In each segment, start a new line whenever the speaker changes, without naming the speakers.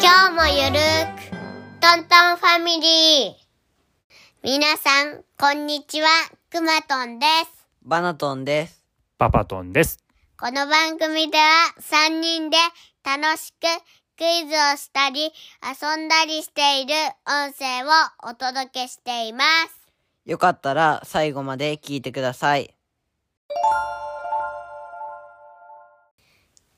今日もゆるーく、トントンファミリー。皆さん、こんにちは、くまとんです。
バナトンです。
パパトンです。
この番組では3人で楽しくクイズをしたり、遊んだりしている音声をお届けしています。
よかったら最後まで聞いてください。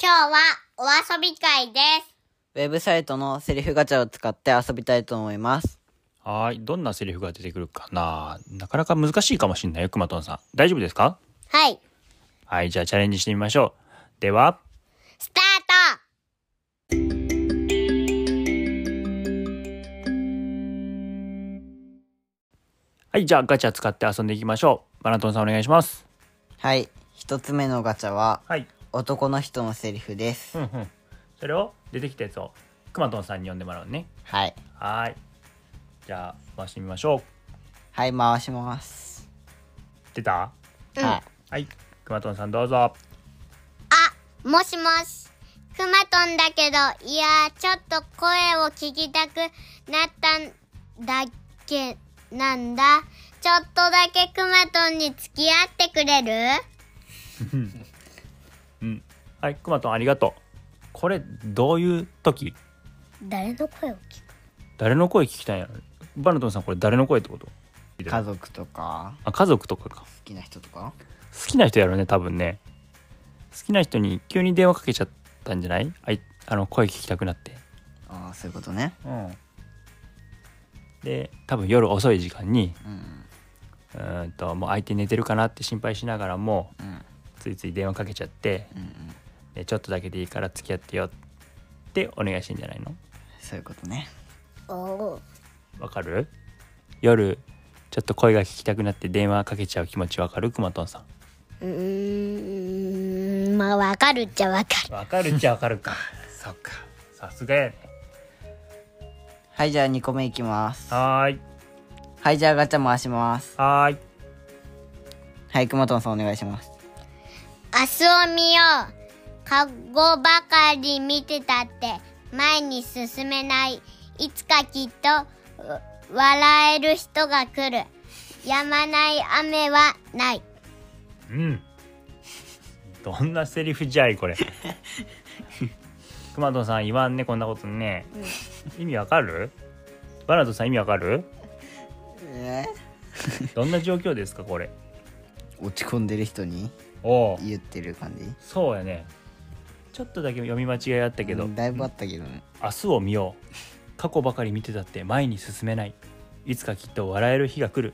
今日はお遊び会です。
ウェブサイトのセリフガチャを使って遊びたいと思います。
はーい。どんなセリフが出てくるかななかなか難しいかもしれないよ、くまとんさん。大丈夫ですか
はい、
はい。じゃあチャレンジしてみましょう。では、
スタート
はい。じゃあガチャ使って遊んでいきましょう。バナトンさんお願いします。
はい。一つ目のガチャは、
はい。
男の人のセリフです。
うんうん。それを、出てきたやつを、くまとんさんに読んでもらうね。
はい。
はーい。じゃあ、回してみましょう。
はい、回します。
出た
うん
はい。
はい。くまとんさんどうぞ。
あ、もしもし。くまとんだけど、いやー、ちょっと声を聞きたくなったんだっけ、なんだ。ちょっとだけくまとんに付き合ってくれる
はい。くまとんありがとう。これ、どういう時
誰の声を聞く
誰の声聞きたいんやろバナトンさんこれ誰の声ってこと
家族とか、
あ家族とかか
好きな人とか。
好きな人やろね多分ね好きな人に急に電話かけちゃったんじゃないあいあの声聞きたくなって
ああ、そういうことね。
うんで多分夜遅い時間に
うん。
うーんともう相手寝てるかなって心配しながらも
うん。
ついつい電話かけちゃって
うん。うん。
でちょっとだけでいいから付き合ってよってお願いしてんじゃないの
そういうことね。
おお。
わかる夜ちょっと声が聞きたくなって電話かけちゃう気持ちわかるくまとんさん
うーん、まあわかるっちゃわかる。
わかるっちゃわかるか そっかさすがやね
はい、じゃあ2個目いきます。
はーい
はい、じゃあガチャ回します。
はーい
はい、くまとんさんお願いします。
明日を見よう。かごばかり見てたって前に進めない。いつかきっとう笑える人が来る。やまない雨はない。
うんどんなセリフじゃいこれくまとんさん言わんねこんなことね、意味わかるバナトさん意味わかる
え
どんな状況ですかこれ
落ち込んでる人に
おお
言ってる感じ
そうやねちょっとだけ読み間違いあったけど、
うんだいぶあったけどね。
明日を見よう過去ばかり見てたって前に進めないいつかきっと笑える日が来る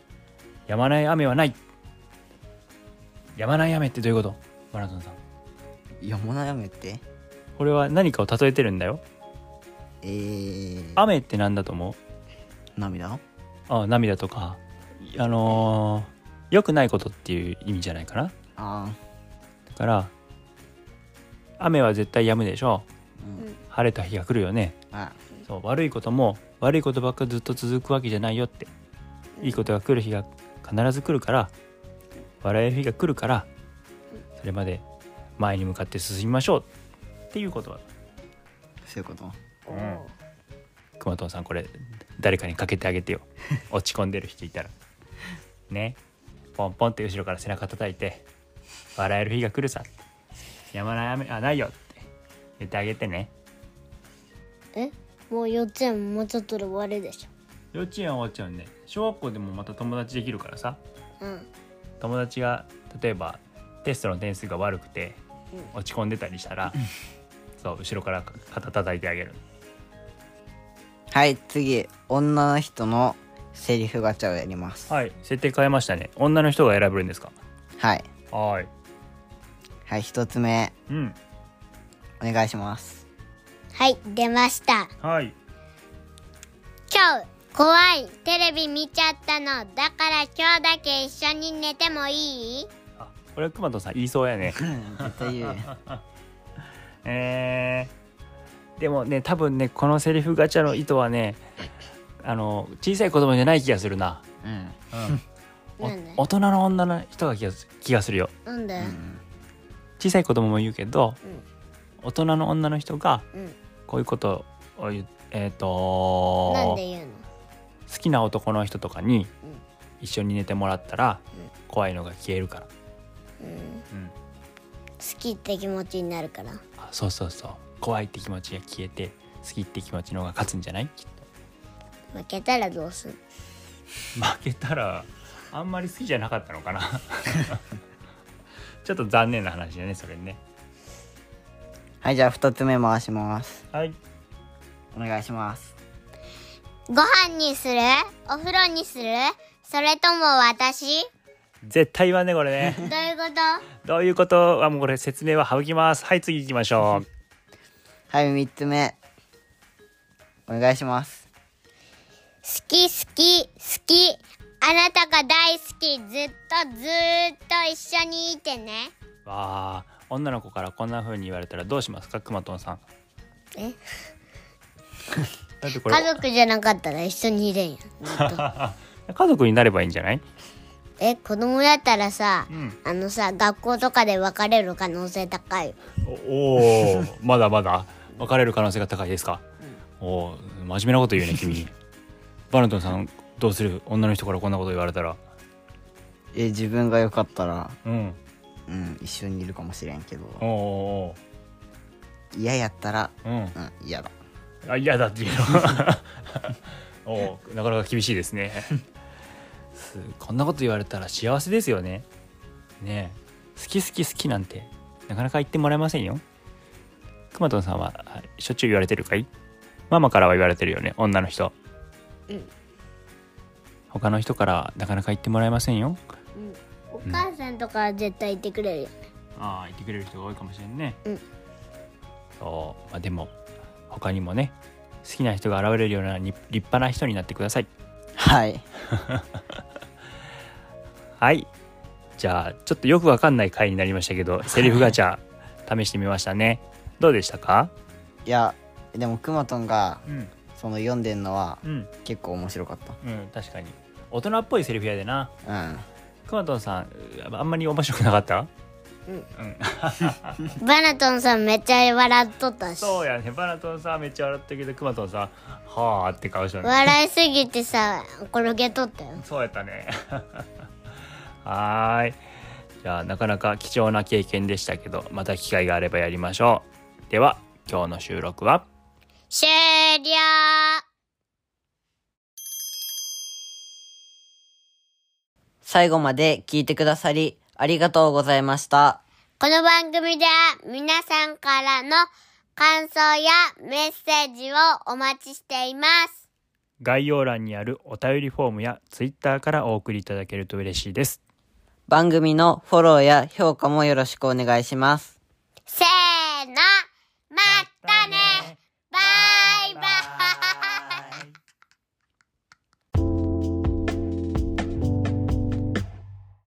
やまない雨はないやまない雨ってどういうことマラソンさん
読まない雨って
これは何かを例えてるんだよ
えー、
雨って何だと思う
涙
あ涙とかあのー、良くないことっていう意味じゃないかなだ
あ
から雨は絶対止むでしょ
うん
晴れた日が来るよね
ーあ
そう悪いことも悪いことばっかずっと続くわけじゃないよっていいことが来る日が必ず来るから笑える日が来るからそれまで前に向かって進みましょうっていうことは
そういうこと
うん熊とさんこれ誰かにかけてあげ てよ落ち込んでる人いたらねポンポンって後ろから背中叩いて「笑える日が来るさ」やまない雨あないよ」って言ってあげてね
え、もう幼稚園もうちょっとで終わるでし
幼稚園は終わっちゃうんで小学校でもまた友達できるからさ
ょ。うん。
友達が例えばテストの点数が悪くて落ち込んでたりしたら、そう後ろから肩叩いてあげる
はい次女の人のセリフガチャをやります
はい設定変えましたね女の人が選べるんですか
はい
はい
はい一つ目
うん
お願いします
はい、出ました。
はい
今日、怖い。テレビ見ちゃったの。だから今日だけ一緒に寝てもいい
あこれは熊とさん言いそうやね
絶対 言う
えー、でもね多分ねこのセリフガチャの意図はねあの小さい子供じゃない気がするな、
うん
お
なんで
大人の女の人が気がす気がするよ
なんで
小さい子供も言うけど、
うん
大人の女の人が
うん。
こういうことを言うえ
な
っ、
ん
と
で言うの
好きな男の人とかに
うん
一緒に寝てもらったら
うん
怖いのが消えるから、
うん
うん、
好きって気持ちになるから
あそうそうそう怖いって気持ちが消えて好きって気持ちの方が勝つんじゃないきっ
負けたらどうする
と負けたらあんまり好きじゃなかったのかな ちょっと残念な話だねそれね
はいじゃあ2つ目回します
はい
お願いします
ご飯にするお風呂にするそれとも私
絶対言わんねこれね
どういうこと
どういうことはもうこれ説明は省きますはい次行きましょう
はい3つ目お願いします
好き好き好きあなたが大好きずっとずーっと一緒にいてね
わあ女の子からこんな風に言われたらどうしますかくまとんさん
え
だってこれ
家族じゃなかったら一緒にいれんやんずっと
家族になればいいんじゃない
え子供やったらさ、
ん
あのさ学校とかで別れる可能性高いよ
おおーまだまだ別れる可能性が高いですか、おおー真面目なこと言うね君バルトンさんどうする女の人からこんなこと言われたら
え自分が良かったら
うん
うん一緒にいるかもしれんけど
おーお
嫌やったら
ーおー
うん嫌だ
うんあ嫌だっていうの おーなかなか厳しいですね すこんなこと言われたら幸せですよねねえ好き好き好きなんてなかなか言ってもらえませんよくまとんさんはあしょっちゅう言われてるかいママからは言われてるよね女の人
うん
他の人からなかなか言ってもらえませんよ
お母さんとかは絶対言ってくれるよ、
ああ言ってくれる人が多いかもしれんね
うん
そう、まあ、でも他にもね好きな人が現れるようなに立派な人になってください
はい
はいじゃあちょっとよくわかんない回になりましたけどセリフガチャ試してみましたねどうでしたか
いやでもくまとんが
うん
その読んでんのは
うん
結構面白かっ
うん確かに大人っぽいセリフやでな
たうん
くまとんさんあんまり面白くなかった
うん
うん
バナトンさんめっちゃ笑っとったし
そうやねバナトンさんめっちゃ笑ったけどくまとんさんはあって顔したね
笑いすぎてさ転げとったよ
そうやったね。 はーい。じゃあなかなか貴重な経験でしたけど、また機会があればやりましょう。では今日の収録は
終了
最後まで聞いてくださりありがとうございました
この番組では皆さんからの感想やメッセージをお待ちしています。
概要欄にあるお便りフォームや Twitter からお送りいただけると嬉しいです。
番組のフォローや評価もよろしくお願いします